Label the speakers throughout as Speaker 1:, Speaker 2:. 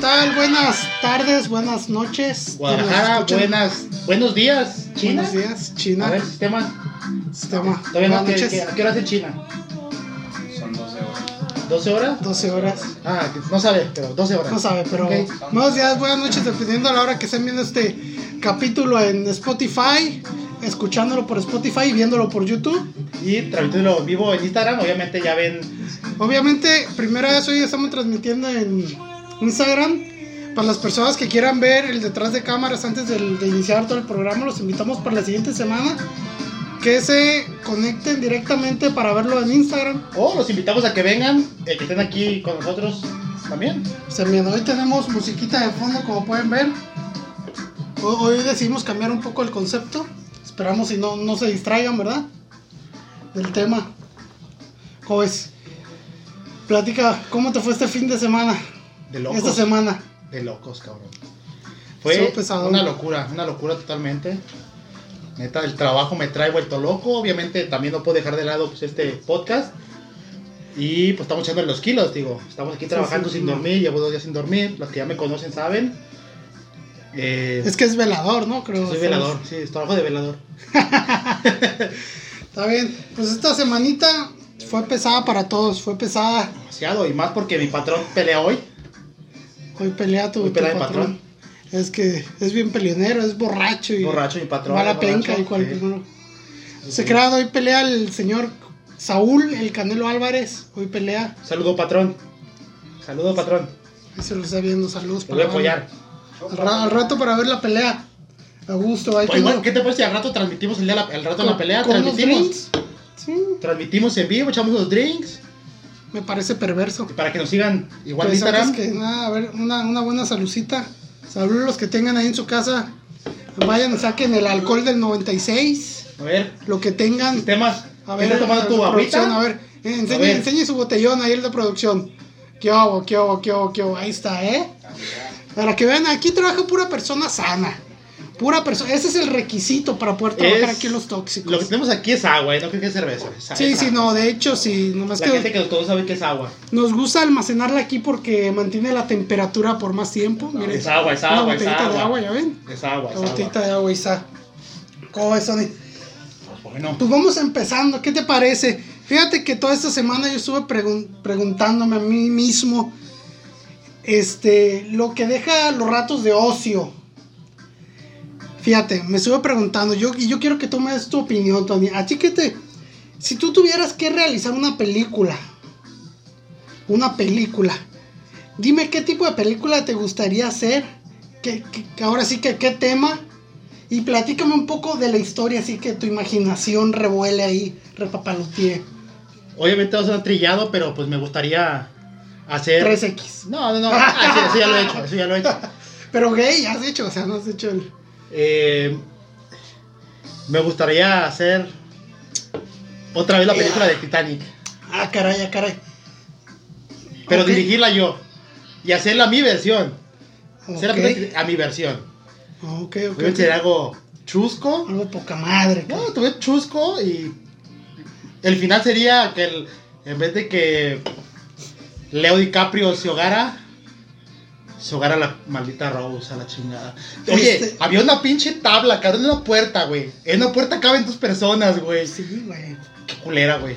Speaker 1: tal? Buenas tardes, buenas noches.
Speaker 2: Guadalajara,
Speaker 1: Escuchen-
Speaker 2: buenas, buenos días. China.
Speaker 1: Buenos días, China.
Speaker 2: A ver, sistema.
Speaker 1: Sistema.
Speaker 2: Todavía
Speaker 1: Buenas
Speaker 2: no, ¿qué,
Speaker 1: noches.
Speaker 2: qué, ¿A qué hora es en China?
Speaker 3: Son 12 horas.
Speaker 2: ¿12 horas?
Speaker 1: 12 horas.
Speaker 2: Ah, que- no sabe, pero 12 horas.
Speaker 1: No sabe, pero
Speaker 2: Ok.
Speaker 1: buenos días, buenas noches, dependiendo a la hora que estén viendo este capítulo en Spotify, escuchándolo por Spotify y viéndolo por YouTube.
Speaker 2: Y transmitiéndolo en vivo en Instagram, obviamente ya ven.
Speaker 1: Obviamente, primera vez hoy estamos transmitiendo en Instagram. Para las personas que quieran ver el detrás de cámaras antes del- de, iniciar todo el programa, los invitamos para la siguiente semana que se conecten directamente para verlo en Instagram.
Speaker 2: O Oh, los invitamos a que vengan, eh, que estén aquí con nosotros también.
Speaker 1: O sea, miren, hoy tenemos musiquita de fondo, como pueden ver. Ho- Hoy decidimos cambiar un poco el concepto. Esperamos si no, no se distraigan, ¿verdad? Del tema. ¿Cómo es? Platica, ¿cómo te fue este fin de semana?
Speaker 2: De locos.
Speaker 1: Esta semana.
Speaker 2: De locos, cabrón. Fue
Speaker 1: Estuvo pesado.
Speaker 2: una locura, una locura totalmente. Neta, el trabajo me trae vuelto loco. Obviamente también no puedo dejar de lado pues, este podcast. Y pues estamos echando los kilos, digo. Estamos aquí
Speaker 1: Sí,
Speaker 2: trabajando
Speaker 1: sí,
Speaker 2: sin
Speaker 1: sí.
Speaker 2: dormir, llevo dos días sin dormir. Los que ya me conocen saben. Eh,
Speaker 1: Es que es velador, ¿no? Creo.
Speaker 2: soy velador, sí, es trabajo de velador.
Speaker 1: Está bien. Pues esta semanita fue pesada para todos. Fue pesada.
Speaker 2: Demasiado, y más porque mi patrón pelea hoy.
Speaker 1: Hoy pelea tu,
Speaker 2: Hoy pelea
Speaker 1: tu
Speaker 2: el patrón.
Speaker 1: Es que es bien peleonero, es borracho y
Speaker 2: Borracho, mi patrón.
Speaker 1: va a la
Speaker 2: borracho,
Speaker 1: penca y cual
Speaker 2: sí.
Speaker 1: primero. Se creado hoy pelea el señor Saúl, el Canelo Álvarez. Hoy pelea.
Speaker 2: Saludo, patrón. Saludo, patrón.
Speaker 1: Ahí se lo está viendo. Saludos
Speaker 2: Te voy a
Speaker 1: la banda.
Speaker 2: apoyar.
Speaker 1: Al, ra- al rato para ver la pelea. A gusto. Ahí
Speaker 2: Pues igual,
Speaker 1: tengo-
Speaker 2: ¿qué te parece si al rato transmitimos el, día la- el rato de la
Speaker 1: con-
Speaker 2: pelea?
Speaker 1: con unos
Speaker 2: Transmitimos,
Speaker 1: drinks. Sí,
Speaker 2: transmitimos en vivo, echamos los drinks
Speaker 1: me parece perverso.
Speaker 2: y para que nos sigan igual en
Speaker 1: Pues
Speaker 2: Instagram.
Speaker 1: antes que nada, a ver, una, una buena salucita. Saludos los que tengan ahí en su casa. Vayan, saquen el alcohol del 96.
Speaker 2: A ver,
Speaker 1: Lo que tengan.
Speaker 2: sistemas.
Speaker 1: A
Speaker 2: ¿Qué
Speaker 1: ver,
Speaker 2: está tomando tu
Speaker 1: la producción,
Speaker 2: agüita?
Speaker 1: a ver, eh, enseñe,
Speaker 2: A ver.
Speaker 1: enseñe su botellón ahí el de producción. ¿Qué hago? ¿Qué hago? ¿Qué hago? ¿Qué hago? Ahí está, ¿eh? Para que vean, aquí trabaja pura persona sana. Pura persona. Ese es el requisito para poder trabajar
Speaker 2: Es
Speaker 1: aquí en los
Speaker 2: Lo que
Speaker 1: tóxicos.
Speaker 2: tenemos aquí es agua, ¿eh? no creo que es cerveza. es-
Speaker 1: Sí,
Speaker 2: es
Speaker 1: sí,
Speaker 2: agua.
Speaker 1: no, de hecho, sí. Nomás
Speaker 2: La gente
Speaker 1: que
Speaker 2: que todos saben que es agua.
Speaker 1: nos gusta almacenarla aquí porque mantiene la temperatura por más tiempo. Miren,
Speaker 2: Es agua, es
Speaker 1: una
Speaker 2: agua, es
Speaker 1: botellita de
Speaker 2: agua.
Speaker 1: agua, ¿ya ven?
Speaker 2: Es agua,
Speaker 1: La
Speaker 2: es agua.
Speaker 1: botellita de agua, Isa. ¿Cómo es, Sony?
Speaker 2: Pues bueno,
Speaker 1: Pues vamos empezando, ¿qué te parece? Fíjate que toda esta semana yo estuve pregun- preguntándome a mí mismo este lo que deja los ratos de ocio. Fíjate, me estuve preguntando, yo, y yo quiero que tú me des tu opinión, Tony. A ti que te. Si tú tuvieras que realizar una película, una película, dime qué tipo de película te gustaría hacer, qué- qué- ahora sí que qué tema, y platícame un poco de la historia, así que tu imaginación revuele ahí, repapalotee.
Speaker 2: obviamente va a ser trillado, pero pues me gustaría hacer.
Speaker 1: 3X.
Speaker 2: No, no, no. Ah, sí, eso ya lo he hecho, eso ya lo he hecho.
Speaker 1: Pero gay, has hecho, o sea, no has hecho el.
Speaker 2: Eh, me gustaría hacer otra vez la película de Titanic,
Speaker 1: Ah, caray, ah, caray.
Speaker 2: pero
Speaker 1: Ok.
Speaker 2: dirigirla yo y hacerla a mi versión.
Speaker 1: Ok,
Speaker 2: Hacer la película a mi versión.
Speaker 1: ok, ok.
Speaker 2: Voy a hacer algo chusco.
Speaker 1: Algo poca madre. cabrón.
Speaker 2: No, tuve chusco y el final sería que el- en vez de que Leo DiCaprio se hogara, se hogara la maldita Rose a la chingada. Oye,
Speaker 1: Este-
Speaker 2: había una pinche tabla, cabrón, en una puerta, güey. En una puerta caben dos personas, güey.
Speaker 1: Sí, güey.
Speaker 2: Qué culera, güey.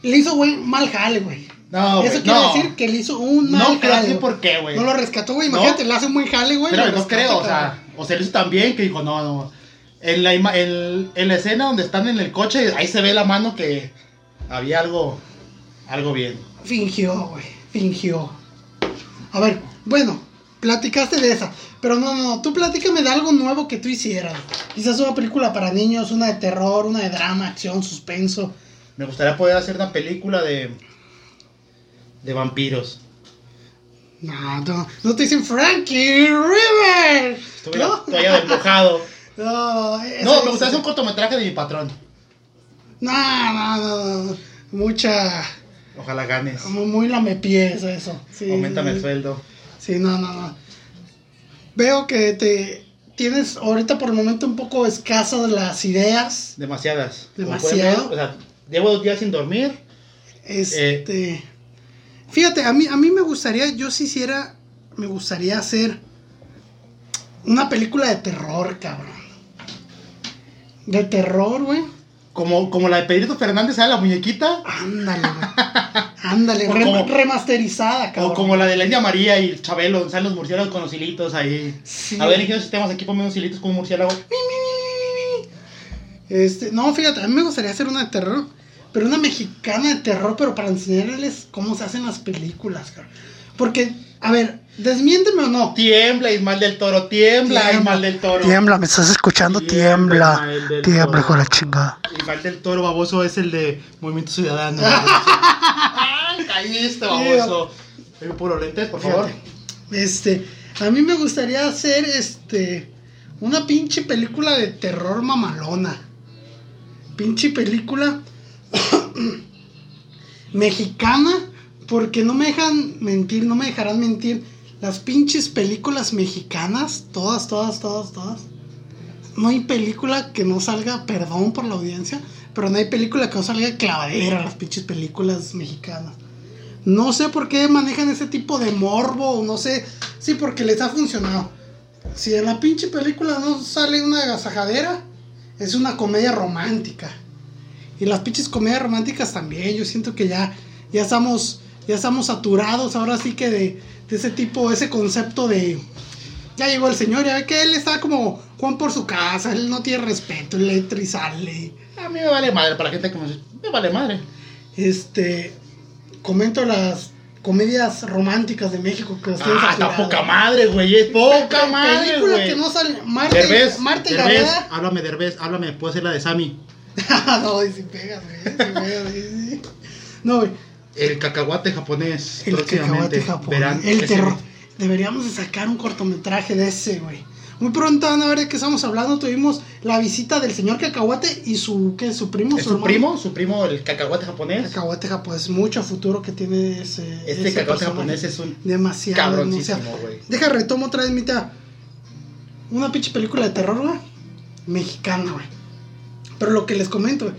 Speaker 1: Le hizo, güey, mal jale, güey.
Speaker 2: No,
Speaker 1: Eso
Speaker 2: güey,
Speaker 1: quiere
Speaker 2: no.
Speaker 1: decir que le hizo un mal
Speaker 2: No creo
Speaker 1: jale.
Speaker 2: así
Speaker 1: güey.
Speaker 2: por qué, güey.
Speaker 1: No lo rescató, güey.
Speaker 2: No.
Speaker 1: Imagínate, le hace un buen jale, güey.
Speaker 2: Pero
Speaker 1: lo
Speaker 2: no
Speaker 1: rescata,
Speaker 2: creo, o
Speaker 1: cabrón.
Speaker 2: sea, o sea, él hizo tan bien que dijo, no, no. En la, ima- en, en la escena donde están en el coche, ahí se ve la mano que había algo, algo bien.
Speaker 1: Fingió, güey. Fingió. A ver, bueno, platicaste de esa. Pero no, no, tú platícame de algo nuevo que tú hicieras. Quizás una película para niños, una de terror, una de drama, acción, suspenso.
Speaker 2: Me gustaría poder hacer una película de, de vampiros.
Speaker 1: No, no, no te dicen Frankie River.
Speaker 2: Estuviera
Speaker 1: No,
Speaker 2: toalla del mojado.
Speaker 1: no, no, ese-
Speaker 2: No, me
Speaker 1: ese-
Speaker 2: gustaría hacer un cortometraje de mi patrón.
Speaker 1: No, no, no, no. Mucha.
Speaker 2: Ojalá ganes.
Speaker 1: Como muy lamepiés eso. Sí,
Speaker 2: Aumentame
Speaker 1: sí,
Speaker 2: el sueldo.
Speaker 1: Sí, no, no, no. Veo que te tienes ahorita por el momento un poco escaso de las ideas.
Speaker 2: Demasiadas. Como pueden
Speaker 1: Demasiado.
Speaker 2: ver, o sea, llevo dos días sin dormir. Eh.
Speaker 1: Este. Fíjate, a mí, a mí me gustaría, yo si hiciera me gustaría hacer una película de terror, cabrón. De terror, güey.
Speaker 2: Como, como la de Pedrito Fernández, ¿sabes? La muñequita.
Speaker 1: Ándale, güey. Ándale,
Speaker 2: O
Speaker 1: rem-
Speaker 2: como-
Speaker 1: remasterizada, Ah, cabrón.
Speaker 2: O como la de la India María y el Chabelo, ¿sabes? Los murciélagos con los hilitos ahí.
Speaker 1: Sí.
Speaker 2: A ver, ingeniero, si tenemos aquí ponme unos hilitos con un murciélago.
Speaker 1: Este, no, fíjate, a mí me gustaría hacer una de terror, pero una mexicana de terror, pero para enseñarles cómo se hacen las películas, cabrón. Porque, a ver, desmiénteme o no.
Speaker 2: Tiembla Ismael del Toro, tiembla, Ismael del Toro.
Speaker 1: Tiembla, me estás escuchando,
Speaker 2: Tiembla,
Speaker 1: tiembla.
Speaker 2: Ismael del
Speaker 1: Tiembla,
Speaker 2: Toro.
Speaker 1: hijo de la chingada.
Speaker 2: Ismael del Toro baboso es el de Movimiento Ciudadano. Ay, caíste, baboso. Hay puro lentes, por favor.
Speaker 1: Fíjate. Este, a mí me gustaría hacer, este, una pinche película de terror mamalona. Pinche película mexicana, porque no me dejan mentir, no me dejarán mentir. Las pinches películas mexicanas, todas, todas, todas, todas. No hay película que no salga, perdón por la audiencia, pero no hay película que no salga clavadera, las pinches películas mexicanas. No sé por qué manejan ese tipo de morbo, o no sé, sí, porque les ha funcionado. Si en la pinche película no sale una agasajadera, es una comedia romántica. Y las pinches comedias románticas también, yo siento que ya, ya estamos, ya estamos saturados ahora sí que de, de ese tipo, ese concepto de ya llegó el señor, ya ve que él está como Juan por su casa, él no tiene respeto, él entra y sale.
Speaker 2: A mí me vale madre, para la gente que me dice, me vale madre.
Speaker 1: Este, comento las comedias románticas de México que las tienen
Speaker 2: Ah, está
Speaker 1: saturadas.
Speaker 2: poca madre, güey, es poca madre,
Speaker 1: Película
Speaker 2: güey.
Speaker 1: que no sale. Marte,
Speaker 2: Derbez,
Speaker 1: Marte
Speaker 2: Derbez,
Speaker 1: Gareda.
Speaker 2: háblame, Derbez, háblame, puedo hacer la de Sammy.
Speaker 1: no, y si pegas, güey. Si pegas, sí, sí. No, güey.
Speaker 2: El cacahuate japonés,
Speaker 1: El
Speaker 2: próximamente.
Speaker 1: cacahuate japonés.
Speaker 2: Verán
Speaker 1: El
Speaker 2: ese-
Speaker 1: terror. Deberíamos de sacar un cortometraje de ese, güey. Muy pronto van a ver de qué estamos hablando. Tuvimos la visita del señor Cacahuate y su, ¿qué? Su primo,
Speaker 2: ¿Es su
Speaker 1: hermano?
Speaker 2: primo? ¿Su primo el cacahuate japonés?
Speaker 1: Cacahuate japonés. Mucho futuro que tiene ese.
Speaker 2: Este
Speaker 1: ese
Speaker 2: cacahuate
Speaker 1: personaje.
Speaker 2: japonés es un
Speaker 1: Demasiado.
Speaker 2: cabroncísimo,
Speaker 1: demasiado.
Speaker 2: güey.
Speaker 1: Deja, retomo otra vez, mitad. Una pinche película de terror, güey. Mexicana, güey. Pero lo que les comento, güey.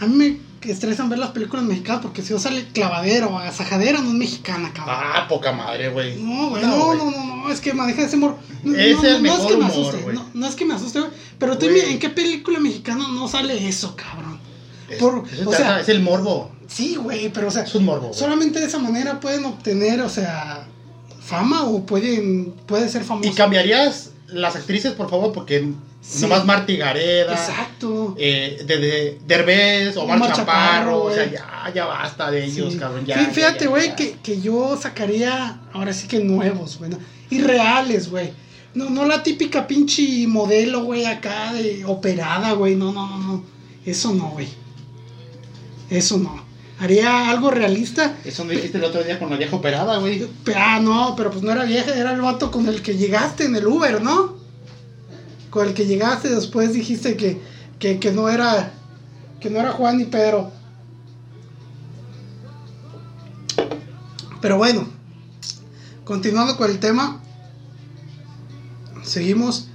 Speaker 1: A mí me estresan ver las películas mexicanas porque si no sale clavadera o agasajadera, no es mexicana, cabrón.
Speaker 2: Ah, poca madre, güey.
Speaker 1: No, güey, no,
Speaker 2: güey.
Speaker 1: no, no, no, es que maneja ese humor. No,
Speaker 2: Es
Speaker 1: no, no,
Speaker 2: el
Speaker 1: no es
Speaker 2: mejor
Speaker 1: que me
Speaker 2: humor,
Speaker 1: asuste,
Speaker 2: güey.
Speaker 1: no, no es que me asuste, güey. Pero tú
Speaker 2: Güey.
Speaker 1: dime, ¿en qué película mexicana no sale eso, cabrón?
Speaker 2: Es,
Speaker 1: Por-
Speaker 2: eso
Speaker 1: o
Speaker 2: trata-
Speaker 1: sea-
Speaker 2: es el morbo.
Speaker 1: Sí, güey, pero o sea,
Speaker 2: Es un morbo. güey.
Speaker 1: solamente de esa manera pueden obtener, o sea, fama o pueden, puede ser famoso.
Speaker 2: ¿Y cambiarías las actrices, por favor? Porque
Speaker 1: Sí.
Speaker 2: nomás Marti Gareda,
Speaker 1: Exacto.
Speaker 2: eh, de, de- Derbez, Omar,
Speaker 1: Omar Chaparro,
Speaker 2: Chaparro, o sea,
Speaker 1: güey.
Speaker 2: ya, ya basta de ellos,
Speaker 1: Sí.
Speaker 2: cabrón. ya,
Speaker 1: Fí-
Speaker 2: ya,
Speaker 1: Fíjate,
Speaker 2: ya,
Speaker 1: güey,
Speaker 2: ya.
Speaker 1: que, que yo sacaría ahora sí que nuevos, güey. ¿no? Y reales, güey. No, no la típica pinche modelo, güey, acá de operada, güey. No, no, no, no. Eso no, güey. Eso no. Haría algo realista.
Speaker 2: Eso no dijiste el otro día con la vieja operada, güey.
Speaker 1: Pe- Ah, no, pero pues no era vieja, era el vato con el que llegaste en el Uber, ¿no? Con el que llegaste, después dijiste que, que, que no era que no era Juan ni Pedro. Pero bueno, continuando con el tema, seguimos.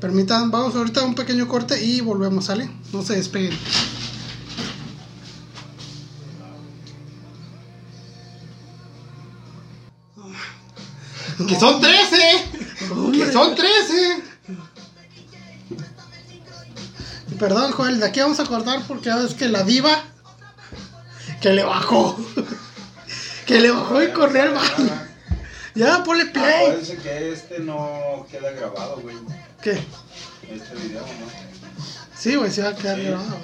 Speaker 1: Permitan, vamos ahorita a un pequeño corte y volvemos, ¿sale? No se despeguen.
Speaker 2: ¡Que son 13! ¡Que son
Speaker 1: ¿eh?
Speaker 2: 13!
Speaker 1: Perdón, Joel, de aquí vamos a cortar porque ya ves que la diva que le bajó. Que le bajó y corrió al baño. Ya, ponle play.
Speaker 3: Acuérdense que este no queda grabado, güey.
Speaker 1: ¿Qué?
Speaker 3: Este video, ¿no?
Speaker 1: Sí, güey, se va a quedar grabado.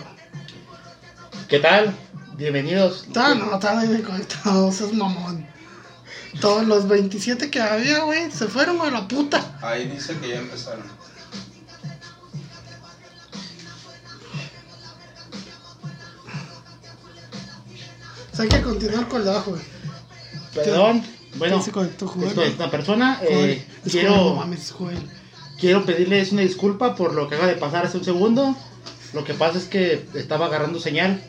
Speaker 2: ¿Qué tal? Bienvenidos.
Speaker 1: Está, no, está desconectado, es mamón. Todos los 27 que había, güey, se fueron, güey, la puta.
Speaker 3: Ahí dice que ya empezaron.
Speaker 1: O sea, hay que continuar con el de abajo, güey.
Speaker 2: Perdón. Bueno,
Speaker 1: ¿Quién se conectó, Joel?
Speaker 2: esto es una persona.
Speaker 1: Joel,
Speaker 2: eh,
Speaker 1: es Joel, no
Speaker 2: quiero,
Speaker 1: mames, Joel.
Speaker 2: quiero pedirles una disculpa por lo que acaba de pasar hace un segundo. Lo que pasa es que estaba agarrando señal.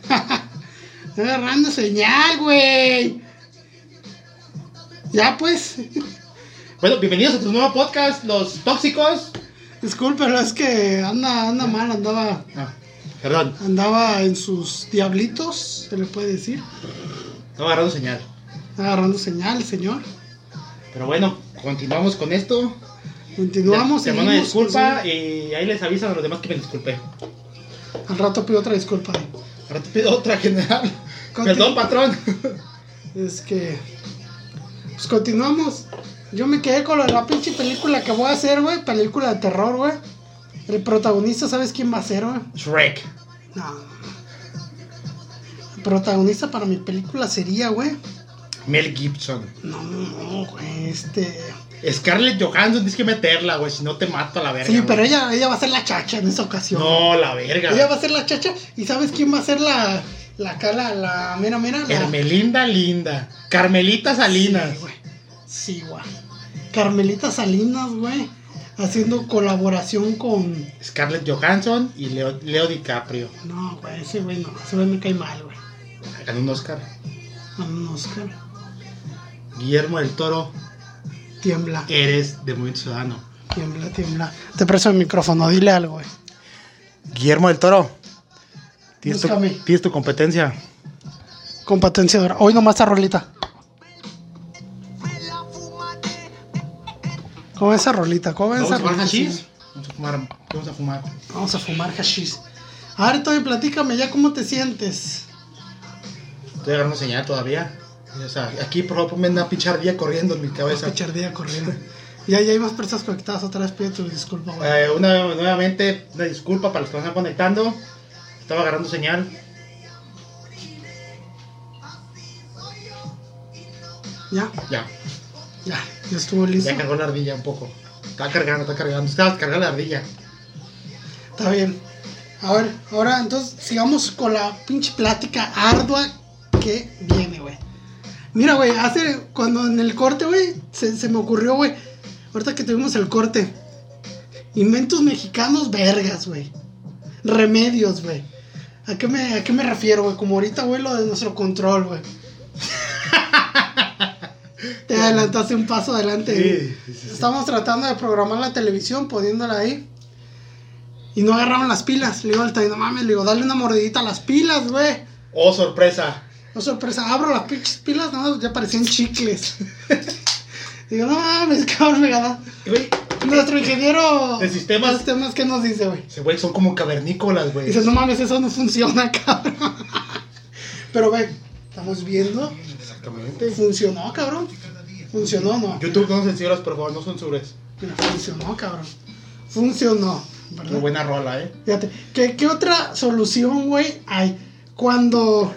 Speaker 1: Está agarrando señal, güey. Ya, pues.
Speaker 2: Bueno, bienvenidos a tu nuevo podcast, Los Tóxicos.
Speaker 1: Disculpa, es que anda, anda mal, andaba,
Speaker 2: Ah, perdón,
Speaker 1: andaba en sus diablitos, se le puede decir.
Speaker 2: estaba agarrando señal.
Speaker 1: Agarrando señal, señor.
Speaker 2: Pero bueno, continuamos con esto.
Speaker 1: Continuamos.
Speaker 2: Te mando una
Speaker 1: seguimos, pues,
Speaker 2: disculpa y ahí les avisan a los demás que me disculpe.
Speaker 1: sí. Al rato pido otra disculpa.
Speaker 2: Ahora te pido otra general.
Speaker 1: Continu-
Speaker 2: Perdón, patrón.
Speaker 1: Es que. Pues continuamos. Yo me quedé con lo de la pinche película que voy a hacer, güey. Película de terror, güey. El protagonista, ¿sabes quién va a ser, güey?
Speaker 2: Shrek.
Speaker 1: No. El protagonista para mi película sería, güey.
Speaker 2: Mel Gibson.
Speaker 1: No, no, güey. Este.
Speaker 2: Scarlett Johansson, tienes que meterla, güey. Si no te mato a la verga.
Speaker 1: Sí, pero
Speaker 2: güey.
Speaker 1: ella, ella va a ser la chacha en esa ocasión.
Speaker 2: No, la verga.
Speaker 1: Ella va a ser la chacha. ¿Y sabes quién va a ser la. La cara, la. Mira, mira. La,
Speaker 2: Hermelinda Linda. Carmelita Salinas.
Speaker 1: Sí, güey. Sí, güey. Carmelita Salinas, güey. Haciendo colaboración con.
Speaker 2: Scarlett Johansson y Leo, Leo DiCaprio.
Speaker 1: No, güey, ese güey no. Ese güey me cae mal, güey.
Speaker 2: Ganó un Oscar.
Speaker 1: A un Oscar.
Speaker 2: Guillermo del Toro,
Speaker 1: Tiembla,
Speaker 2: eres de Movimiento Ciudadano.
Speaker 1: tiembla, tiembla. Te preso el micrófono, dile algo, güey.
Speaker 2: Guillermo del Toro. Tienes tu,
Speaker 1: Búscame.
Speaker 2: tienes tu competencia.
Speaker 1: Con patenciadora. Hoy nomás esa rolita. ¿Cómo es esa rolita? ¿Cómo es
Speaker 2: ¿Vamos
Speaker 1: esa
Speaker 2: a fumar
Speaker 1: rolita,
Speaker 2: hashish?
Speaker 1: señor?
Speaker 2: Vamos a fumar. Vamos a fumar.
Speaker 1: Vamos a fumar hashish. A ver, Toby, platícame ya cómo te sientes.
Speaker 2: Estoy agarrando señal todavía. O sea, aquí por favor ponme una pinche ardilla corriendo en mi cabeza.
Speaker 1: Pichardía corriendo. Ya, ya hay más personas conectadas otra vez, pido tu disculpa, güey.
Speaker 2: Eh, una, nuevamente, una disculpa para los que nos están conectando. Estaba agarrando señal.
Speaker 1: Ya,
Speaker 2: Ya,
Speaker 1: ya, ya estuvo listo.
Speaker 2: ya cargó la ardilla un poco. Está cargando, está cargando. Está cargando la ardilla.
Speaker 1: Está bien. A ver, ahora entonces sigamos con la pinche plática ardua que viene, güey. Mira, güey, hace cuando en el corte, güey, se, se me ocurrió, güey, ahorita que tuvimos el corte, inventos mexicanos vergas, güey. Remedios, güey. ¿A qué me, a qué me refiero, güey? Como ahorita, güey, lo de nuestro control, güey. Te adelantaste un paso adelante. güey. Estamos tratando de programar la televisión, poniéndola ahí. Y no agarraron las pilas. Le digo al Tony, no mames, le digo, dale una mordidita a las pilas, güey.
Speaker 2: Oh, sorpresa.
Speaker 1: No sorpresa, abro las pinches pilas, no, ya parecían chicles. digo, no mames, cabrón, me ganó.
Speaker 2: Güey,
Speaker 1: Nuestro ingeniero
Speaker 2: De sistemas.
Speaker 1: de sistemas, ¿qué nos dice, güey?
Speaker 2: ese güey son como cavernícolas, güey.
Speaker 1: Dice, no mames, eso no funciona, cabrón. Pero, güey, estamos viendo.
Speaker 2: Exactamente.
Speaker 1: Funcionó, cabrón. Funcionó, no.
Speaker 2: YouTube no censuras, por favor, no censures.
Speaker 1: Mira, Funcionó, cabrón. Funcionó. ¿verdad?
Speaker 2: Qué buena rola, eh.
Speaker 1: Fíjate, ¿qué, qué otra solución, güey, hay cuando,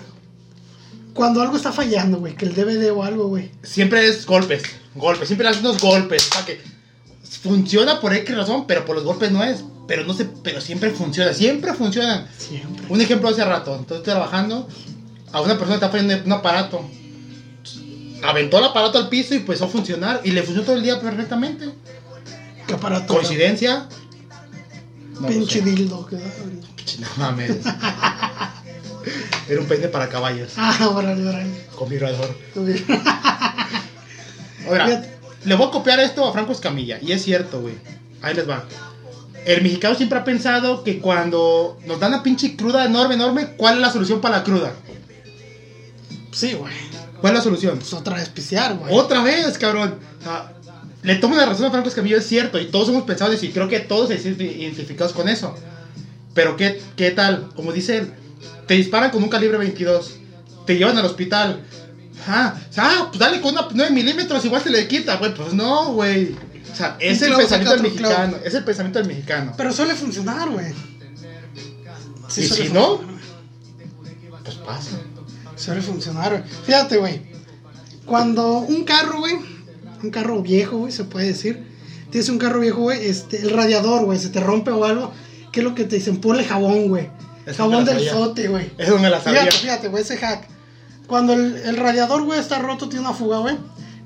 Speaker 1: cuando algo está fallando, güey? Que el DVD o algo, güey.
Speaker 2: Siempre es golpes, golpes, siempre hacen unos golpes. pa' que funciona por X razón, pero por los golpes no es. Pero no sé, pero siempre funciona, siempre funciona.
Speaker 1: Siempre.
Speaker 2: Un ejemplo hace rato, entonces estoy trabajando, a una persona está poniendo un aparato. Aventó el aparato al piso y empezó a funcionar y le funcionó todo el día perfectamente.
Speaker 1: ¿Qué aparato?
Speaker 2: ¿Coincidencia? No lo
Speaker 1: Pinche
Speaker 2: sé.
Speaker 1: dildo. que-
Speaker 2: Pinche, No mames. Era un peine para caballos,
Speaker 1: Ah, órale, órale.
Speaker 2: con vibrador.
Speaker 1: Güey.
Speaker 2: Ahora,
Speaker 1: Fíjate.
Speaker 2: le voy a copiar esto a Franco Escamilla. Y es cierto, güey. Ahí les va. El mexicano siempre ha pensado que cuando nos dan la pinche cruda enorme, enorme, ¿cuál es la solución para la cruda?
Speaker 1: Sí, güey.
Speaker 2: ¿Cuál es la solución?
Speaker 1: Pues otra vez pisear, güey.
Speaker 2: Otra vez, cabrón. O sea, le tomo la razón a Franco Escamilla, es cierto. Y todos hemos pensado eso. Y creo que todos se sienten identificados con eso. Pero ¿qué, qué tal? Como dice él, te disparan con un calibre 22. Te llevan al hospital. Ah, o sea, ah, pues dale con una 9 milímetros, igual se le quita, güey. Pues no, güey. O sea, es
Speaker 1: Un
Speaker 2: el
Speaker 1: clavo saca
Speaker 2: pensamiento del
Speaker 1: otro clavo.
Speaker 2: mexicano. Es el pensamiento del mexicano.
Speaker 1: Pero suele funcionar, güey.
Speaker 2: ¿Y
Speaker 1: suele
Speaker 2: si no?
Speaker 1: funcionar, güey.
Speaker 2: Pues pasa.
Speaker 1: Suele funcionar, güey. Fíjate, güey. Cuando un carro, güey, un carro viejo, güey, se puede decir, tienes un carro viejo, güey, este, el radiador, güey, se te rompe o algo, ¿qué es lo que te dicen? Ponle jabón, güey.
Speaker 2: Eso
Speaker 1: Jabón
Speaker 2: me la
Speaker 1: del
Speaker 2: sabía.
Speaker 1: sote, güey.
Speaker 2: Eso me la sabía.
Speaker 1: Fíjate, fíjate, güey, ese hack. Cuando el, el radiador, güey, está roto, tiene una fuga, güey.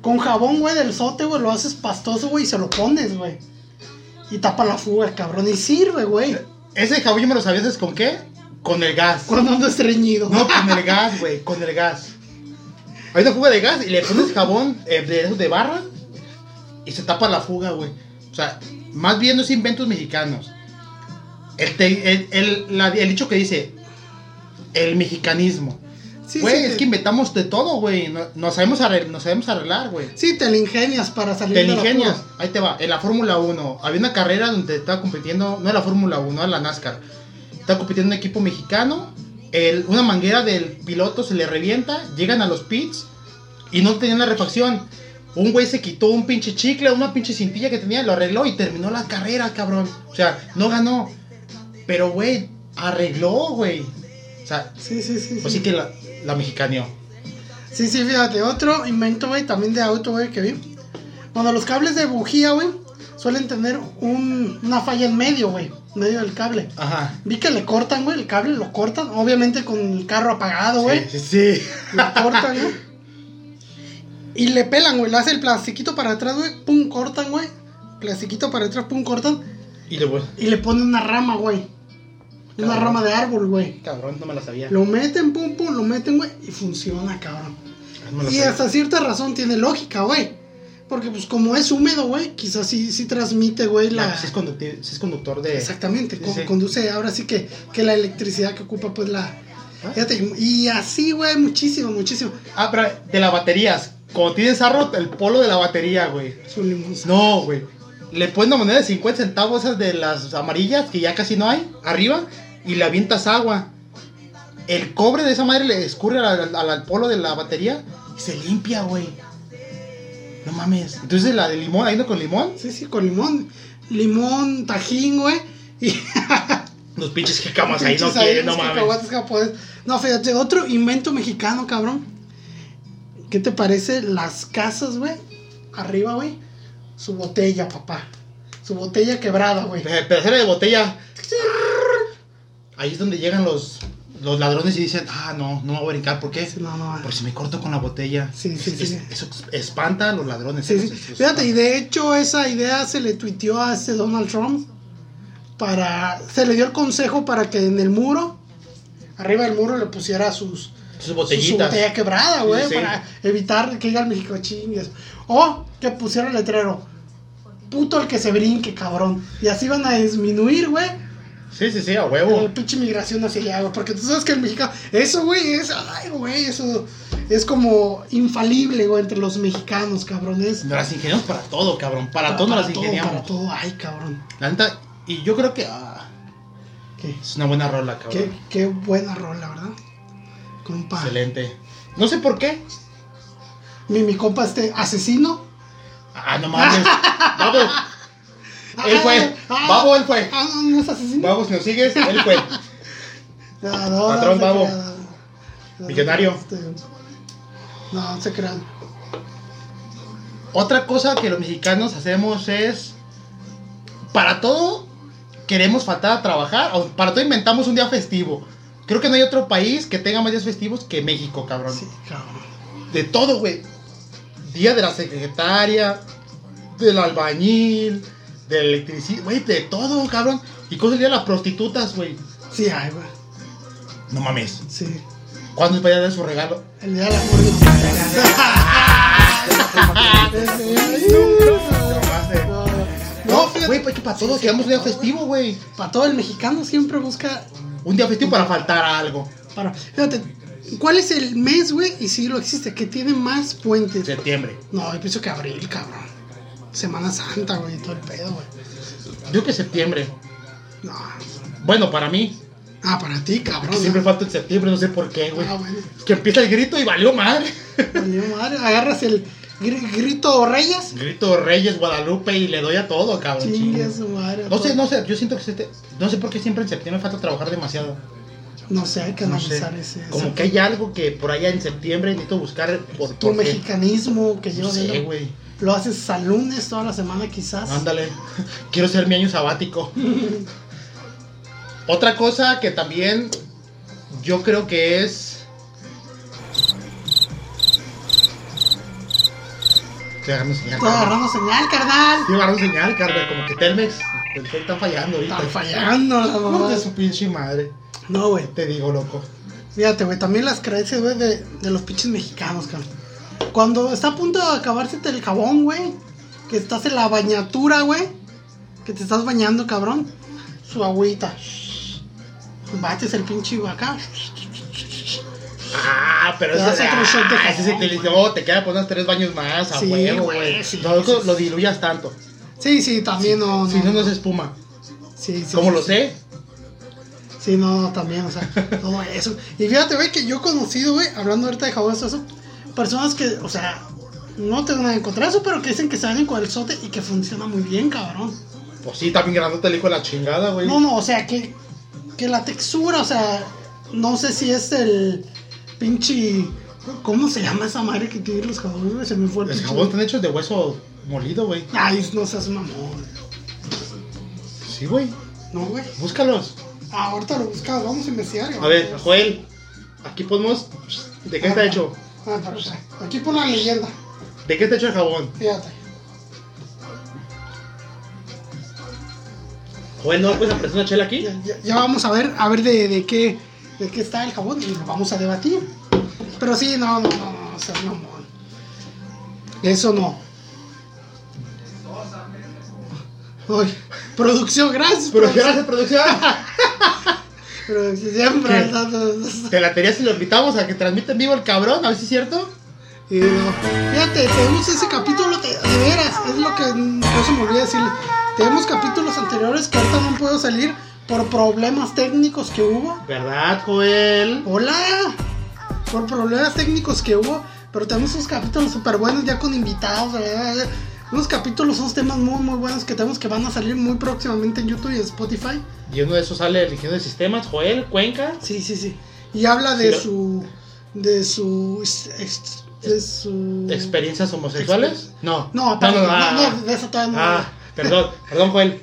Speaker 1: Con jabón, güey, del sote, güey, lo haces pastoso, güey, y se lo pones, güey. Y tapa la fuga, cabrón. Y sirve, güey.
Speaker 2: Ese jabón yo me lo sabía, ¿sabes con qué? Con el gas.
Speaker 1: Cuando ando estreñido.
Speaker 2: No, con el gas, güey, con el gas. Hay una fuga de gas y le pones jabón eh, de esos de barra y se tapa la fuga, güey. O sea, más bien no es inventos mexicanos. El, te- el, el- la- el dicho que dice, el mexicanismo.
Speaker 1: Sí,
Speaker 2: güey,
Speaker 1: sí,
Speaker 2: es
Speaker 1: te-
Speaker 2: que inventamos de todo, güey. No- Nos sabemos arreglar, nos sabemos arreglar, güey.
Speaker 1: Sí, te la ingenias para salir
Speaker 2: Te
Speaker 1: de la
Speaker 2: ingenias.
Speaker 1: pura.
Speaker 2: Ahí te va. En la Fórmula 1, había una carrera donde estaba compitiendo, no era la Fórmula 1, era la NASCAR. Estaba compitiendo un equipo mexicano. el- una manguera del piloto se le revienta. Llegan a los pits y no tenían la refacción. Un güey se quitó un pinche chicle, una pinche cintilla que tenía, lo arregló y terminó la carrera, cabrón. O sea, no ganó. Pero, güey, arregló, güey. O sea,
Speaker 1: Sí, sí, sí.
Speaker 2: pues
Speaker 1: sí.
Speaker 2: sí que la, la mexicaneó.
Speaker 1: Sí, sí, fíjate, otro invento, güey, también de auto, güey, que vi. Cuando los cables de bujía, güey, suelen tener un- una falla en medio, güey, en medio del cable.
Speaker 2: Ajá.
Speaker 1: Vi que le cortan, güey, el cable lo cortan, obviamente con el carro apagado, güey.
Speaker 2: Sí, sí, sí.
Speaker 1: Lo cortan, güey. Y le pelan, güey, le hace el plastiquito para atrás, güey, pum, cortan, güey. Plastiquito para atrás, pum, cortan.
Speaker 2: Y luego,
Speaker 1: Y le ponen una rama, güey. Una
Speaker 2: Cabrón.
Speaker 1: rama de árbol, güey.
Speaker 2: cabrón, no me la sabía.
Speaker 1: Lo meten, pum, pum, lo meten, güey, y funciona, cabrón.
Speaker 2: No me la
Speaker 1: Y
Speaker 2: sabía.
Speaker 1: hasta cierta razón tiene lógica, güey. Porque pues como es húmedo, güey, quizás sí, sí transmite, güey, la...
Speaker 2: La- si, Ah, pues es conducti- si es conductor de.
Speaker 1: Exactamente,
Speaker 2: Sí,
Speaker 1: co-
Speaker 2: sí.
Speaker 1: conduce ahora sí que, que la electricidad que ocupa, pues la...
Speaker 2: ¿Ah?
Speaker 1: Fíjate, y así, güey, muchísimo, muchísimo.
Speaker 2: Ah, pero de las baterías. Cuando tienes arro, el polo de la batería, güey.
Speaker 1: Su limusina.
Speaker 2: No, güey. Le pones una moneda de 50 centavos esas de las amarillas, que ya casi no hay, arriba, y le avientas agua. El cobre de esa madre le escurre al, al- al polo de la batería y se limpia, güey. No mames. Entonces la de limón, ahí no con limón,
Speaker 1: Sí, sí, con limón. Limón, tajín, güey. Y
Speaker 2: los pinches jicamas ahí no
Speaker 1: pinches ahí,
Speaker 2: quieren, no
Speaker 1: los
Speaker 2: mames.
Speaker 1: cacahuates japoneses. No, fíjate, otro invento mexicano, cabrón. ¿Qué te parece las casas, güey? Arriba, güey. Su botella, papá. Su botella quebrada, güey.
Speaker 2: Pe- Pedacera de botella. Ahí es donde llegan los, los ladrones y dicen, ah, no, no me voy a brincar, ¿por qué?
Speaker 1: Sí, No, no,
Speaker 2: Por si me corto con la botella.
Speaker 1: Sí, sí, sí.
Speaker 2: Es- eso espanta a los ladrones. ¿eh?
Speaker 1: Sí,
Speaker 2: Eso-
Speaker 1: sí.
Speaker 2: eso-
Speaker 1: Fíjate, y de hecho esa idea se le tuiteó a este Donald Trump para... Se le dio el consejo para que en el muro, arriba del muro, le pusiera sus,
Speaker 2: Sus
Speaker 1: Su
Speaker 2: botellitas.
Speaker 1: botella quebrada, güey,
Speaker 2: Sí, sí.
Speaker 1: para evitar que diga el México chingues. O que pusieron letrero. Puto el que se brinque, cabrón. Y así van a disminuir, güey,
Speaker 2: Sí, sí, sí, a huevo.
Speaker 1: la pinche migración hacia allá, güey. Porque tú sabes que el mexicano. Eso, güey, es. Ay, güey, eso es como infalible, güey, entre los mexicanos, cabrón. Es,
Speaker 2: Nos las ingeniamos para todo, cabrón. Para, todo nos las ingeniamos.
Speaker 1: Para todo, ay, cabrón.
Speaker 2: La neta, y yo creo que ah,
Speaker 1: Qué,
Speaker 2: es una buena rola, cabrón.
Speaker 1: qué, qué buena rola, ¿verdad? Compa.
Speaker 2: Excelente. No sé por qué.
Speaker 1: Mi, mi compa, este asesino.
Speaker 2: Ah, no mames. Babo. Él fue.
Speaker 1: Ah,
Speaker 2: Babo, él fue.
Speaker 1: Ah, no, no es asesino.
Speaker 2: Babo, si nos sigues, él fue.
Speaker 1: No, no, no
Speaker 2: Patrón
Speaker 1: se
Speaker 2: babo.
Speaker 1: crean. No,
Speaker 2: Millonario.
Speaker 1: este, No, no se crean.
Speaker 2: Otra cosa que los mexicanos hacemos es. Para todo queremos faltar a trabajar. o para todo inventamos un día festivo. Creo que no hay otro país que tenga más días festivos que México, cabrón.
Speaker 1: Sí, cabrón.
Speaker 2: De todo, güey. Día de la secretaria, del albañil, del electricista, güey, de todo, cabrón. Y cosa el día de las prostitutas, güey.
Speaker 1: Sí, ay, güey.
Speaker 2: No mames.
Speaker 1: Sí.
Speaker 2: ¿Cuándo voy a dar su regalo?
Speaker 1: El día del amor y los- Ay,
Speaker 2: No,
Speaker 1: no,
Speaker 2: No,
Speaker 1: fíjate,
Speaker 2: güey, pues que para todos queremos un día festivo, güey.
Speaker 1: Para todo el mexicano siempre busca.
Speaker 2: Un día festivo para faltar a algo.
Speaker 1: Para, fíjate, ¿cuál es el mes, güey? Y si lo existe, que tiene más puentes.
Speaker 2: Septiembre.
Speaker 1: No, yo pienso que abril, cabrón. Semana Santa, güey, todo el pedo, güey.
Speaker 2: Yo que septiembre.
Speaker 1: No.
Speaker 2: Bueno, para mí.
Speaker 1: Ah, para ti,
Speaker 2: Que
Speaker 1: cabrón.
Speaker 2: siempre
Speaker 1: ah.
Speaker 2: falta en septiembre, no sé por qué, güey.
Speaker 1: Ah, bueno.
Speaker 2: Es que empieza el grito y valió madre.
Speaker 1: Valió madre, agarras el gri- grito Reyes.
Speaker 2: Grito Reyes, Guadalupe y le doy a todo, cabrón.
Speaker 1: Chingue su madre. pues,
Speaker 2: No sé, no sé, yo siento que este- no sé por qué siempre en septiembre falta trabajar demasiado.
Speaker 1: No sé, hay que
Speaker 2: No sé.
Speaker 1: analizar ese.
Speaker 2: Como
Speaker 1: ese-
Speaker 2: que hay algo que por allá en septiembre necesito buscar por
Speaker 1: tu
Speaker 2: por qué.
Speaker 1: mexicanismo que yo
Speaker 2: No sé,
Speaker 1: veo.
Speaker 2: güey.
Speaker 1: Lo haces al lunes toda la semana, quizás.
Speaker 2: Ándale. Quiero ser mi año sabático. Otra cosa que también yo creo que es Estoy agarrando señal.
Speaker 1: Estoy
Speaker 2: carnal.
Speaker 1: agarrando señal, carnal.
Speaker 2: Estoy agarrando señal, carnal, como que Telmex Telmex está fallando ahorita.
Speaker 1: Están fallando las
Speaker 2: Hijo de
Speaker 1: mamadas.
Speaker 2: su pinche madre.
Speaker 1: No, güey.
Speaker 2: Te digo, loco.
Speaker 1: Fíjate, güey. También las creencias, güey, de, de los pinches mexicanos, cabrón. Cuando está a punto de acabarse el jabón, güey. Que estás en la bañatura, güey. Que te estás bañando, cabrón. Su agüita. Bates el pinche acá.
Speaker 2: Ah, Ah, pero
Speaker 1: Le
Speaker 2: eso
Speaker 1: das otro shot de
Speaker 2: ah,
Speaker 1: jabón,
Speaker 2: ese se te dice, oh, te queda poner tres baños más, a
Speaker 1: Sí,
Speaker 2: huevo,
Speaker 1: güey,
Speaker 2: güey.
Speaker 1: sí,
Speaker 2: no
Speaker 1: sí, sí.
Speaker 2: lo diluyas tanto.
Speaker 1: Sí, sí, también no.
Speaker 2: Si no, no se espuma.
Speaker 1: Sí, sí,
Speaker 2: ¿Cómo
Speaker 1: sí,
Speaker 2: lo
Speaker 1: sí.
Speaker 2: sé?
Speaker 1: Sí, no, no, también, o sea, todo eso. Y fíjate, güey, que yo he conocido, güey, hablando ahorita de jabones, todo eso, personas que, o sea, no te van a encontrar eso, pero que dicen que salen con el sote y que funciona muy bien, cabrón.
Speaker 2: Pues sí, también grandote el hijo de la chingada, güey.
Speaker 1: No, no, o sea, que, que la textura, o sea, no sé si es el pinche. ¿Cómo se llama esa madre que tiene los jabones, güey? Se me fue el
Speaker 2: Los
Speaker 1: pinche-
Speaker 2: jabones están hechos de hueso molido, güey.
Speaker 1: Ay, no seas mamón.
Speaker 2: Sí, güey.
Speaker 1: No, güey.
Speaker 2: Búscalos.
Speaker 1: Ah, ahorita lo buscamos, vamos a investigar.
Speaker 2: A
Speaker 1: güey.
Speaker 2: ver, Joel, aquí ponemos. ¿De qué está hecho?
Speaker 1: Ah, pero, o sea, aquí pone la leyenda,
Speaker 2: ¿De qué está hecho el jabón?
Speaker 1: fíjate.
Speaker 2: Joel, ¿no puedes aprender una chela aquí?
Speaker 1: Ya, ya- ya vamos a ver, a ver de, de qué de qué está el jabón y lo vamos a debatir. Pero sí, no, no, no, no, o sea, no, no. Eso no. Ay, producción, gracias.
Speaker 2: Pero
Speaker 1: producción.
Speaker 2: gracias, producción.
Speaker 1: Producción, siempre
Speaker 2: ¿Qué?
Speaker 1: al tanto de eso.
Speaker 2: Te la tería si lo invitamos a que transmita en vivo el cabrón, a ver si es cierto.
Speaker 1: Y no, fíjate, tenemos ese capítulo, te- de veras, es lo que no se me olvida decirle. Tenemos capítulos anteriores que ahorita no puedo salir por problemas técnicos que hubo.
Speaker 2: ¿Verdad, Joel?
Speaker 1: Hola. Por problemas técnicos que hubo, pero tenemos unos capítulos súper buenos ya con invitados. ¿verdad? Unos capítulos, unos temas muy, muy buenos que tenemos que van a salir muy próximamente en YouTube y en Spotify.
Speaker 2: Y uno de esos sale el ingeniero de sistemas, Joel, Cuenca.
Speaker 1: Sí, sí, sí. Y habla de
Speaker 2: Sí,
Speaker 1: su. de su. ex- de su.
Speaker 2: ¿Experiencias homosexuales? No.
Speaker 1: No,
Speaker 2: no,
Speaker 1: aparte,
Speaker 2: no,
Speaker 1: no,
Speaker 2: ah,
Speaker 1: no, de eso todavía no.
Speaker 2: ah, perdón, perdón, Joel.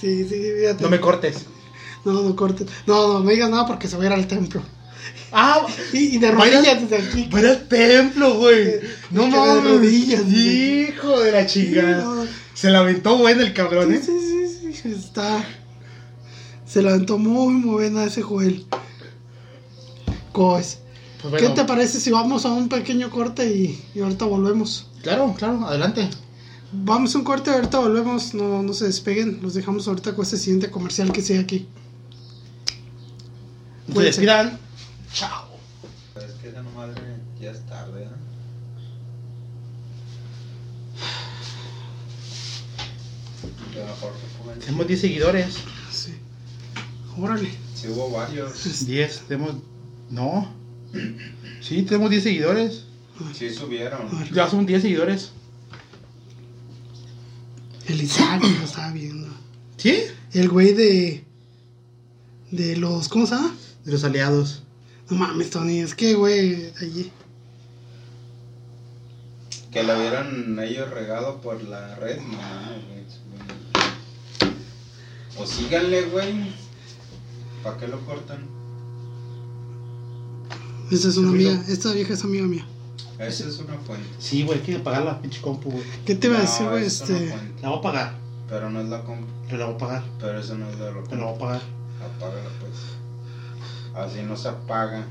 Speaker 1: Sí, sí, fíjate.
Speaker 2: No me cortes.
Speaker 1: No, no cortes. No, no me digas nada porque se va a ir al templo.
Speaker 2: Ah,
Speaker 1: Y, y de
Speaker 2: Vaya-
Speaker 1: rodillas desde aquí.
Speaker 2: fuera el templo, güey. No
Speaker 1: que de
Speaker 2: mames.
Speaker 1: rodillas, güey.
Speaker 2: Hijo de la chingada. Se la aventó bueno el cabrón,
Speaker 1: Sí,
Speaker 2: ¿eh?
Speaker 1: sí, sí, sí, está. Se levantó muy, muy buena ese Joel. Coes.
Speaker 2: Pues bueno,
Speaker 1: ¿Qué te parece si vamos a un pequeño corte y, y ahorita volvemos?
Speaker 2: Claro, claro, adelante.
Speaker 1: Vamos a un corte, ahorita volvemos. No, no se despeguen. Los dejamos ahorita con este siguiente comercial que sigue aquí.
Speaker 2: No Se
Speaker 1: Cuídense.
Speaker 2: despidan. Chao.
Speaker 3: Es que esa no madre ya es tarde, ¿eh? Que mejor que pongan-
Speaker 2: Tenemos 10 seguidores.
Speaker 1: Sí. Órale. pues,
Speaker 3: Sí, hubo varios.
Speaker 2: 10, tenemos. No. Sí, tenemos 10 seguidores.
Speaker 3: Sí subieron.
Speaker 2: Ya son 10 seguidores.
Speaker 1: El Isaac lo estaba viendo.
Speaker 2: ¿Sí?
Speaker 1: El güey de. De los. ¿Cómo se llama?
Speaker 2: De los aliados.
Speaker 1: No mames, Tony. Es que, güey, allí.
Speaker 3: Que la vieron ellos regado por la red, no, güey. O síganle, güey. ¿Para qué lo cortan?
Speaker 1: Esta es una
Speaker 2: Ruido.
Speaker 1: amiga. Esta vieja es amiga mía.
Speaker 3: Esa es una fuente.
Speaker 2: Sí, güey, hay que pagar la pinche compu, güey.
Speaker 1: ¿Qué te iba a
Speaker 3: No,
Speaker 1: decir, güey?
Speaker 3: es una
Speaker 1: Este.
Speaker 3: fuente,
Speaker 2: La voy a pagar.
Speaker 3: Pero no es la comp.
Speaker 2: Pero la voy a pagar.
Speaker 3: Pero eso no es de lo que.
Speaker 2: Pero la voy a pagar.
Speaker 3: Apágala, pues. Así no se apaga.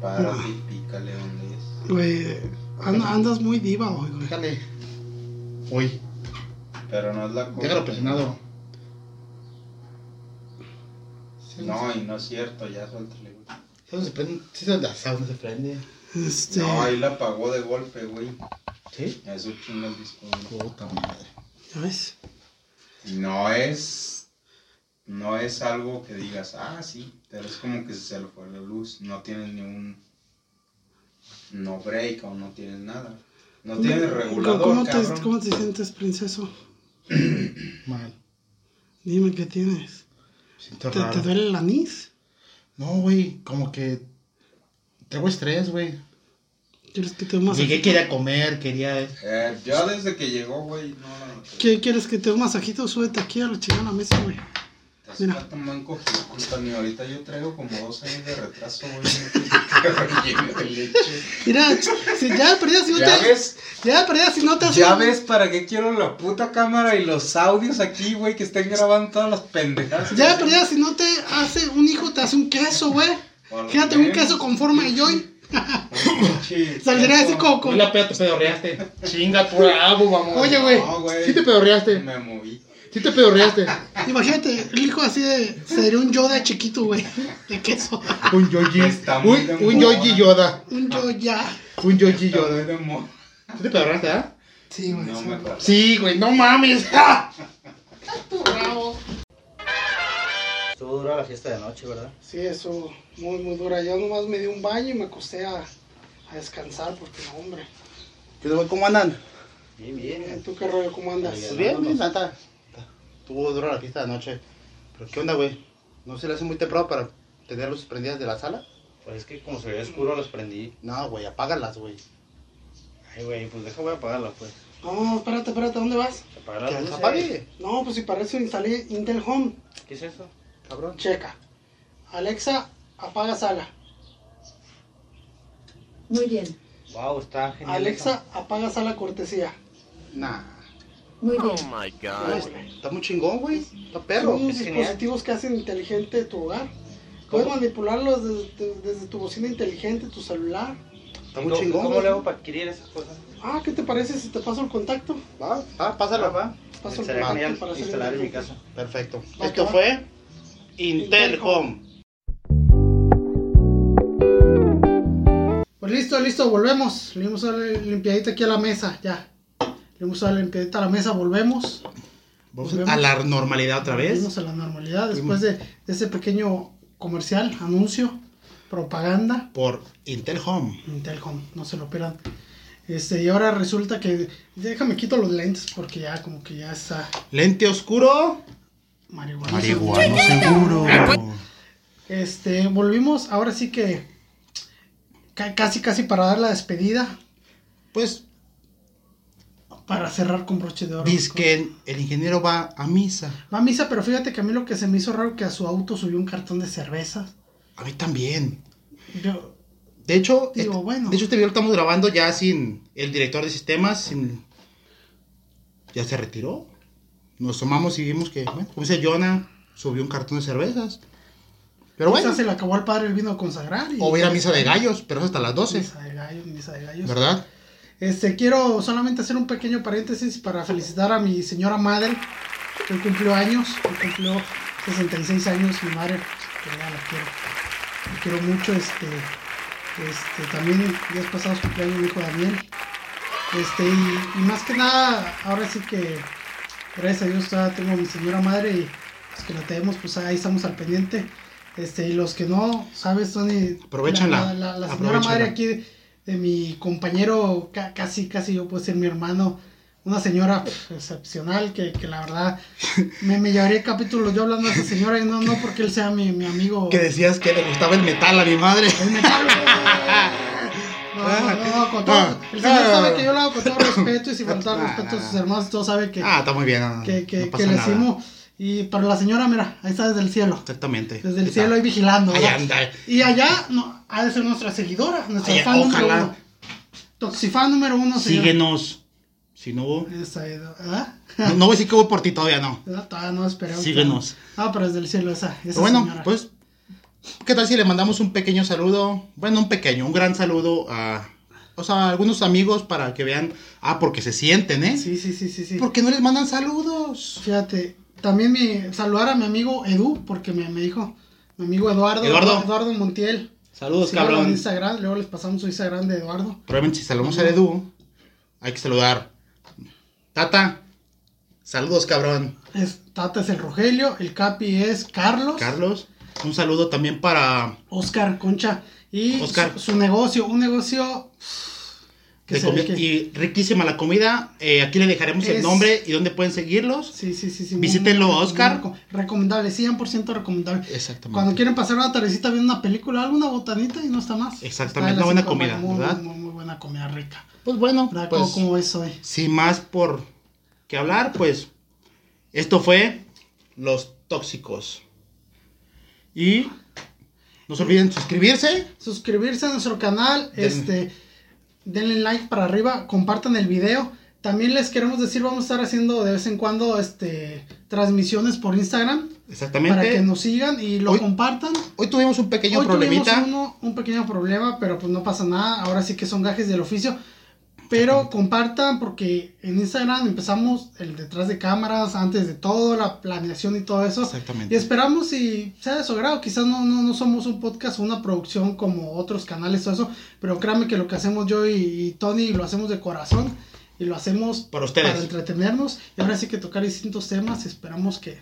Speaker 3: Para
Speaker 1: Ah.
Speaker 3: y pícale donde es.
Speaker 1: Güey, an- andas muy diva hoy, güey.
Speaker 2: Déjale. Hoy.
Speaker 3: Pero no es la comp.
Speaker 2: Déjalo presionado. Sí,
Speaker 3: No, y no es cierto, ya suéltale, güey.
Speaker 2: Sí, no se prende. pues, Sí, se asado, no se prende.
Speaker 1: Este.
Speaker 3: No, ahí la apagó de golpe, güey.
Speaker 2: ¿Sí?
Speaker 3: Eso chinga el disco. güey.
Speaker 2: Puta madre.
Speaker 1: ¿Ya ves?
Speaker 3: Y no es. No es algo que digas, ah, sí. Pero es como que se le fue la luz. No tienes ni un. No break o no tienes nada. No tienes regulador,
Speaker 1: ¿Cómo
Speaker 3: cabrón.
Speaker 1: te, ¿Cómo te sientes, princeso?
Speaker 2: Mal.
Speaker 1: Dime qué tienes.
Speaker 2: Siento
Speaker 1: ¿Te, te
Speaker 2: raro.
Speaker 1: duele el anís?
Speaker 2: No, güey, como que. Tengo estrés, güey.
Speaker 1: ¿Quieres que te dé un
Speaker 2: Llegué,
Speaker 1: masajito?
Speaker 2: quería comer, quería.
Speaker 3: Eh, yo desde que llegó, güey, no la noté.
Speaker 1: ¿Qué quieres que te dé un masajito? Súbete aquí a la chingada a la mesa, güey.
Speaker 3: Te hace
Speaker 1: Mira.
Speaker 3: falta un manco Antonio. Ahorita yo traigo como dos años de retraso, güey. no te- lleno de leche.
Speaker 1: Mira, ch- si ya de perdida, si no
Speaker 3: ¿Ya
Speaker 1: te.
Speaker 3: ves?
Speaker 1: Ya de perdida, si no te hace-
Speaker 3: ¿Ya ves para qué quiero la puta cámara y los audios aquí, güey? Que estén grabando todas las pendejadas.
Speaker 1: Ya de perdida, si no te hace un hijo, te hace un queso, güey.
Speaker 3: Por lo
Speaker 1: Fíjate, un
Speaker 3: menos.
Speaker 1: queso con forma de yoy.
Speaker 3: Pinche
Speaker 1: Saldría así
Speaker 3: queso.
Speaker 1: como. con-
Speaker 2: la peda te pedorreaste. Chinga tu rabo, mamón.
Speaker 1: Oye, güey.
Speaker 3: No, güey.
Speaker 2: Sí te pedorreaste.
Speaker 3: Me moví.
Speaker 2: Sí te pedorreaste.
Speaker 1: Imagínate, el hijo así de. Sería un Yoda chiquito, güey. De queso.
Speaker 2: Un Yoji.
Speaker 3: Está muy
Speaker 2: Un,
Speaker 3: de
Speaker 2: un Yoji
Speaker 3: moda.
Speaker 2: Yoda.
Speaker 1: Un Yoda.
Speaker 2: Un Yoji
Speaker 3: Yo
Speaker 2: Yoda.
Speaker 3: doy de mo-
Speaker 2: Sí te pedorreaste, ¿ah?
Speaker 1: Sí, güey.
Speaker 3: No
Speaker 1: sí.
Speaker 3: me acuerdo.
Speaker 2: Sí, güey, no mames. ¡Ah! Estás tú bravo.
Speaker 4: Estuvo dura la fiesta de noche, ¿verdad?
Speaker 1: Sí, eso, muy, muy dura. Yo nomás me di un baño y me acosté a, a descansar porque, no, hombre. Eh,
Speaker 5: ¿Qué tal, güey? ¿Cómo andan?
Speaker 4: Bien, bien.
Speaker 1: ¿Tú qué rollo? ¿Cómo andas?
Speaker 4: Ay,
Speaker 5: Pues bien, bien, nata. Tuvo dura la fiesta de anoche. Pero ¿qué onda, güey? ¿No se le hace muy temprano para tener luces prendidas de la sala?
Speaker 4: Pues es que como se veía oscuro los prendí.
Speaker 5: No, güey, apágalas, güey.
Speaker 4: Ay, güey, pues deja voy a apagarla, pues.
Speaker 1: No, no, espérate, espérate, ¿a dónde vas?
Speaker 4: Apagar
Speaker 5: Que las
Speaker 4: las luces.
Speaker 5: apague,
Speaker 1: No, pues si para eso instalé Intel Home.
Speaker 4: ¿Qué es eso?
Speaker 5: cabrón.
Speaker 1: Checa. Alexa, apaga sala.
Speaker 6: Muy bien,
Speaker 4: Wow, está genial.
Speaker 1: Alexa, apaga sala cortesía.
Speaker 5: Nah,
Speaker 6: muy bien.
Speaker 1: Ah,
Speaker 5: no, es- está muy chingón, güey. Está perro.
Speaker 1: Son
Speaker 4: es genial.
Speaker 1: dispositivos que hacen inteligente tu hogar. Puedes
Speaker 4: ¿Cómo?
Speaker 1: manipularlos desde, desde tu bocina inteligente, tu celular.
Speaker 4: ¿Y
Speaker 5: Está muy
Speaker 4: ¿Cómo,
Speaker 5: chingón,
Speaker 4: ¿Cómo
Speaker 5: güey.
Speaker 4: le hago para adquirir esas cosas?
Speaker 1: Ah, ¿qué te parece si te paso el contacto?
Speaker 5: Va, va,
Speaker 1: Ah,
Speaker 5: pásalo, va.
Speaker 1: Paso el
Speaker 4: Será
Speaker 1: contacto
Speaker 4: genial
Speaker 1: para hacer
Speaker 4: instalar en mi
Speaker 1: inteligente.
Speaker 4: casa.
Speaker 5: Perfecto.
Speaker 1: Va,
Speaker 5: Esto
Speaker 1: va.
Speaker 5: fue Intercom.
Speaker 1: Pues listo, listo, volvemos. Le dimos a la limpiadita aquí a la mesa, ya. Le dimos a la limpiadita a la mesa, volvemos.
Speaker 2: Vamos a la normalidad otra vez.
Speaker 1: Volvimos a la normalidad después de, de ese pequeño comercial, anuncio, propaganda.
Speaker 2: Por Intel Home.
Speaker 1: Telcom, no se lo pierdan. Este, y ahora resulta que. Déjame quito los lentes porque ya, como que ya está
Speaker 2: Lente oscuro.
Speaker 1: marihuana.
Speaker 2: Marihuano seguro.
Speaker 1: Este, volvimos, ahora sí que. ca- casi, casi para dar la despedida.
Speaker 2: Pues
Speaker 1: Para cerrar con broche de oro.
Speaker 2: dice que el ingeniero va a misa.
Speaker 1: Va a misa, pero fíjate que a mí lo que se me hizo raro que a su auto subió un cartón de cervezas.
Speaker 2: A mí también.
Speaker 1: Yo,
Speaker 2: De hecho,
Speaker 1: Digo,
Speaker 2: este-
Speaker 1: bueno.
Speaker 2: de hecho este video lo estamos grabando ya sin el director de sistemas, sin ya se retiró. Nos tomamos y vimos que, bueno, como dice Jonah, subió un cartón de cervezas. Pero bueno,
Speaker 1: quizás se le acabó al padre el vino a consagrar. Y,
Speaker 2: o ir a misa de gallos, pero es hasta las 12,
Speaker 1: Misa de gallos, misa de gallos.
Speaker 2: ¿verdad?
Speaker 1: Este, quiero solamente hacer un pequeño paréntesis para felicitar a mi señora madre, que cumplió años, que cumplió 66 años, mi madre, pues, que ya la quiero, la quiero mucho, este, este, también días pasados cumpleaños mi hijo Daniel, este, y, y más que nada, ahora sí que, gracias a Dios, todavía tengo a mi señora madre y los que la tenemos, pues ahí estamos al pendiente, este, y los que no, sabes, Tony, la,
Speaker 2: Aprovéchenla,
Speaker 1: la- la señora
Speaker 2: aprovéchenla.
Speaker 1: madre aquí de, de mi compañero, ca- casi, casi yo puedo ser mi hermano, una señora pf, excepcional que, que la verdad me, me llevaría capítulos yo hablando de esa señora y no, no porque él sea mi, mi amigo.
Speaker 2: Que decías que le gustaba el metal a mi madre.
Speaker 1: El metal, No, no, no, con
Speaker 2: Ah,
Speaker 1: todo- el señor sabe que yo lo hago con todo respeto y si faltar respeto a sus hermanos, todo sabe que,
Speaker 2: Ah, está muy bien. no, no,
Speaker 1: que, que,
Speaker 2: no
Speaker 1: que
Speaker 2: pasa
Speaker 1: le
Speaker 2: nada.
Speaker 1: estimo. Y para la señora, mira, ahí está desde el cielo.
Speaker 2: Exactamente.
Speaker 1: Desde el
Speaker 2: Ahí
Speaker 1: cielo ahí
Speaker 2: está.
Speaker 1: vigilando.
Speaker 2: Ahí
Speaker 1: ¿verdad?
Speaker 2: anda.
Speaker 1: Y allá no, ha de ser nuestra seguidora, nuestra
Speaker 2: Allá,
Speaker 1: fan
Speaker 2: ojalá.
Speaker 1: número uno. Toxifan número uno, señor.
Speaker 2: Síguenos. Si no hubo.
Speaker 1: Esa, ¿ah? ¿verdad?
Speaker 2: No, no voy a decir que hubo por ti todavía, no.
Speaker 1: ¿Verdad? Todavía no esperamos.
Speaker 2: Síguenos.
Speaker 1: Ah, pero desde el cielo esa. esa
Speaker 2: Pero bueno,
Speaker 1: señora.
Speaker 2: pues, ¿qué tal si le mandamos un pequeño saludo? Bueno, un pequeño, un gran saludo a, o sea, a algunos amigos para que vean, ah, porque se sienten, ¿eh?
Speaker 1: Sí, sí, sí, sí, sí.
Speaker 2: ¿Por qué no les mandan saludos?
Speaker 1: Fíjate, también mi, saludar a mi amigo Edu, porque me, me dijo, mi amigo Eduardo,
Speaker 2: Eduardo.
Speaker 1: Montiel.
Speaker 2: Saludos,
Speaker 1: Síganlo en
Speaker 2: cabrón.
Speaker 1: Instagram, luego les pasamos su Instagram de Eduardo.
Speaker 2: Probablemente si saludamos a Edu, hay que saludar. Tata, saludos, cabrón.
Speaker 1: Es, Tata es el Rogelio, el Capi es Carlos,
Speaker 2: Carlos, un saludo también para
Speaker 1: Oscar Concha y
Speaker 2: Oscar.
Speaker 1: Su, su negocio, un negocio que
Speaker 2: de
Speaker 1: se ve
Speaker 2: comi-
Speaker 1: que-
Speaker 2: y riquísima la comida. Eh, aquí les dejaremos el
Speaker 1: Es-
Speaker 2: nombre y dónde pueden seguirlos.
Speaker 1: Sí, sí, sí, sí.
Speaker 2: Visítenlo,
Speaker 1: muy- muy
Speaker 2: Oscar.
Speaker 1: reco- recomendable, 100% recomendable.
Speaker 2: Exactamente.
Speaker 1: Cuando quieren pasar una tardecita viendo una película, alguna botanita y no está más.
Speaker 2: Exactamente,
Speaker 1: Está de
Speaker 2: una
Speaker 1: las cinco
Speaker 2: buena
Speaker 1: de la-
Speaker 2: comida,
Speaker 1: muy,
Speaker 2: ¿verdad?
Speaker 1: Muy, muy buena comida rica.
Speaker 2: Pues bueno,
Speaker 1: ¿Verdad?
Speaker 2: pues,
Speaker 1: ¿Cómo, cómo ves hoy?
Speaker 2: sin más por que hablar, pues esto fue Los Tóxicos. Y no se olviden suscribirse.
Speaker 1: Suscribirse a nuestro canal,
Speaker 2: Den-
Speaker 1: este, denle like para arriba, compartan el video. También les queremos decir, vamos a estar haciendo de vez en cuando este, transmisiones por Instagram para que
Speaker 2: Exactamente.
Speaker 1: nos sigan y lo
Speaker 2: Hoy-
Speaker 1: compartan.
Speaker 2: Hoy tuvimos un pequeño
Speaker 1: Hoy
Speaker 2: problemita.
Speaker 1: tuvimos uno- un pequeño problema, pero pues no pasa nada. Ahora sí que son gajes del oficio. Pero compartan porque en Instagram empezamos el detrás de cámaras, antes de todo, la planeación y todo eso. Y
Speaker 2: Exactamente.
Speaker 1: esperamos si sea de su agrado. Quizás no, no, no somos un podcast o una producción como otros canales, todo eso. Pero créanme que lo que hacemos yo y, y Tony lo hacemos de corazón y lo hacemos
Speaker 2: Para ustedes.
Speaker 1: para entretenernos. Y ahora sí que tocar distintos temas. Esperamos que,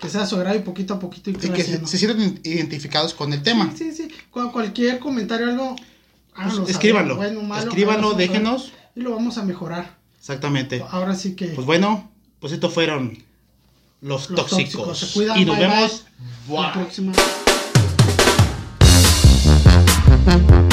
Speaker 1: que sea de su agrado y poquito a poquito. ir
Speaker 2: Y que se,
Speaker 1: creciendo.
Speaker 2: se sientan identificados con el tema.
Speaker 1: Sí, sí. Cu- cualquier comentario, algo. háganlo saber,
Speaker 2: escríbanlo.
Speaker 1: bueno, malo,
Speaker 2: escríbanlo,
Speaker 1: háganlo saber.
Speaker 2: déjenos.
Speaker 1: Y lo vamos a mejorar.
Speaker 2: Exactamente.
Speaker 1: Ahora sí que.
Speaker 2: Pues bueno, pues estos fueron los,
Speaker 1: Los
Speaker 2: tóxicos.
Speaker 1: Tóxicos. Se cuidan,
Speaker 2: y nos
Speaker 1: bye, bye.
Speaker 2: vemos.
Speaker 1: la próxima.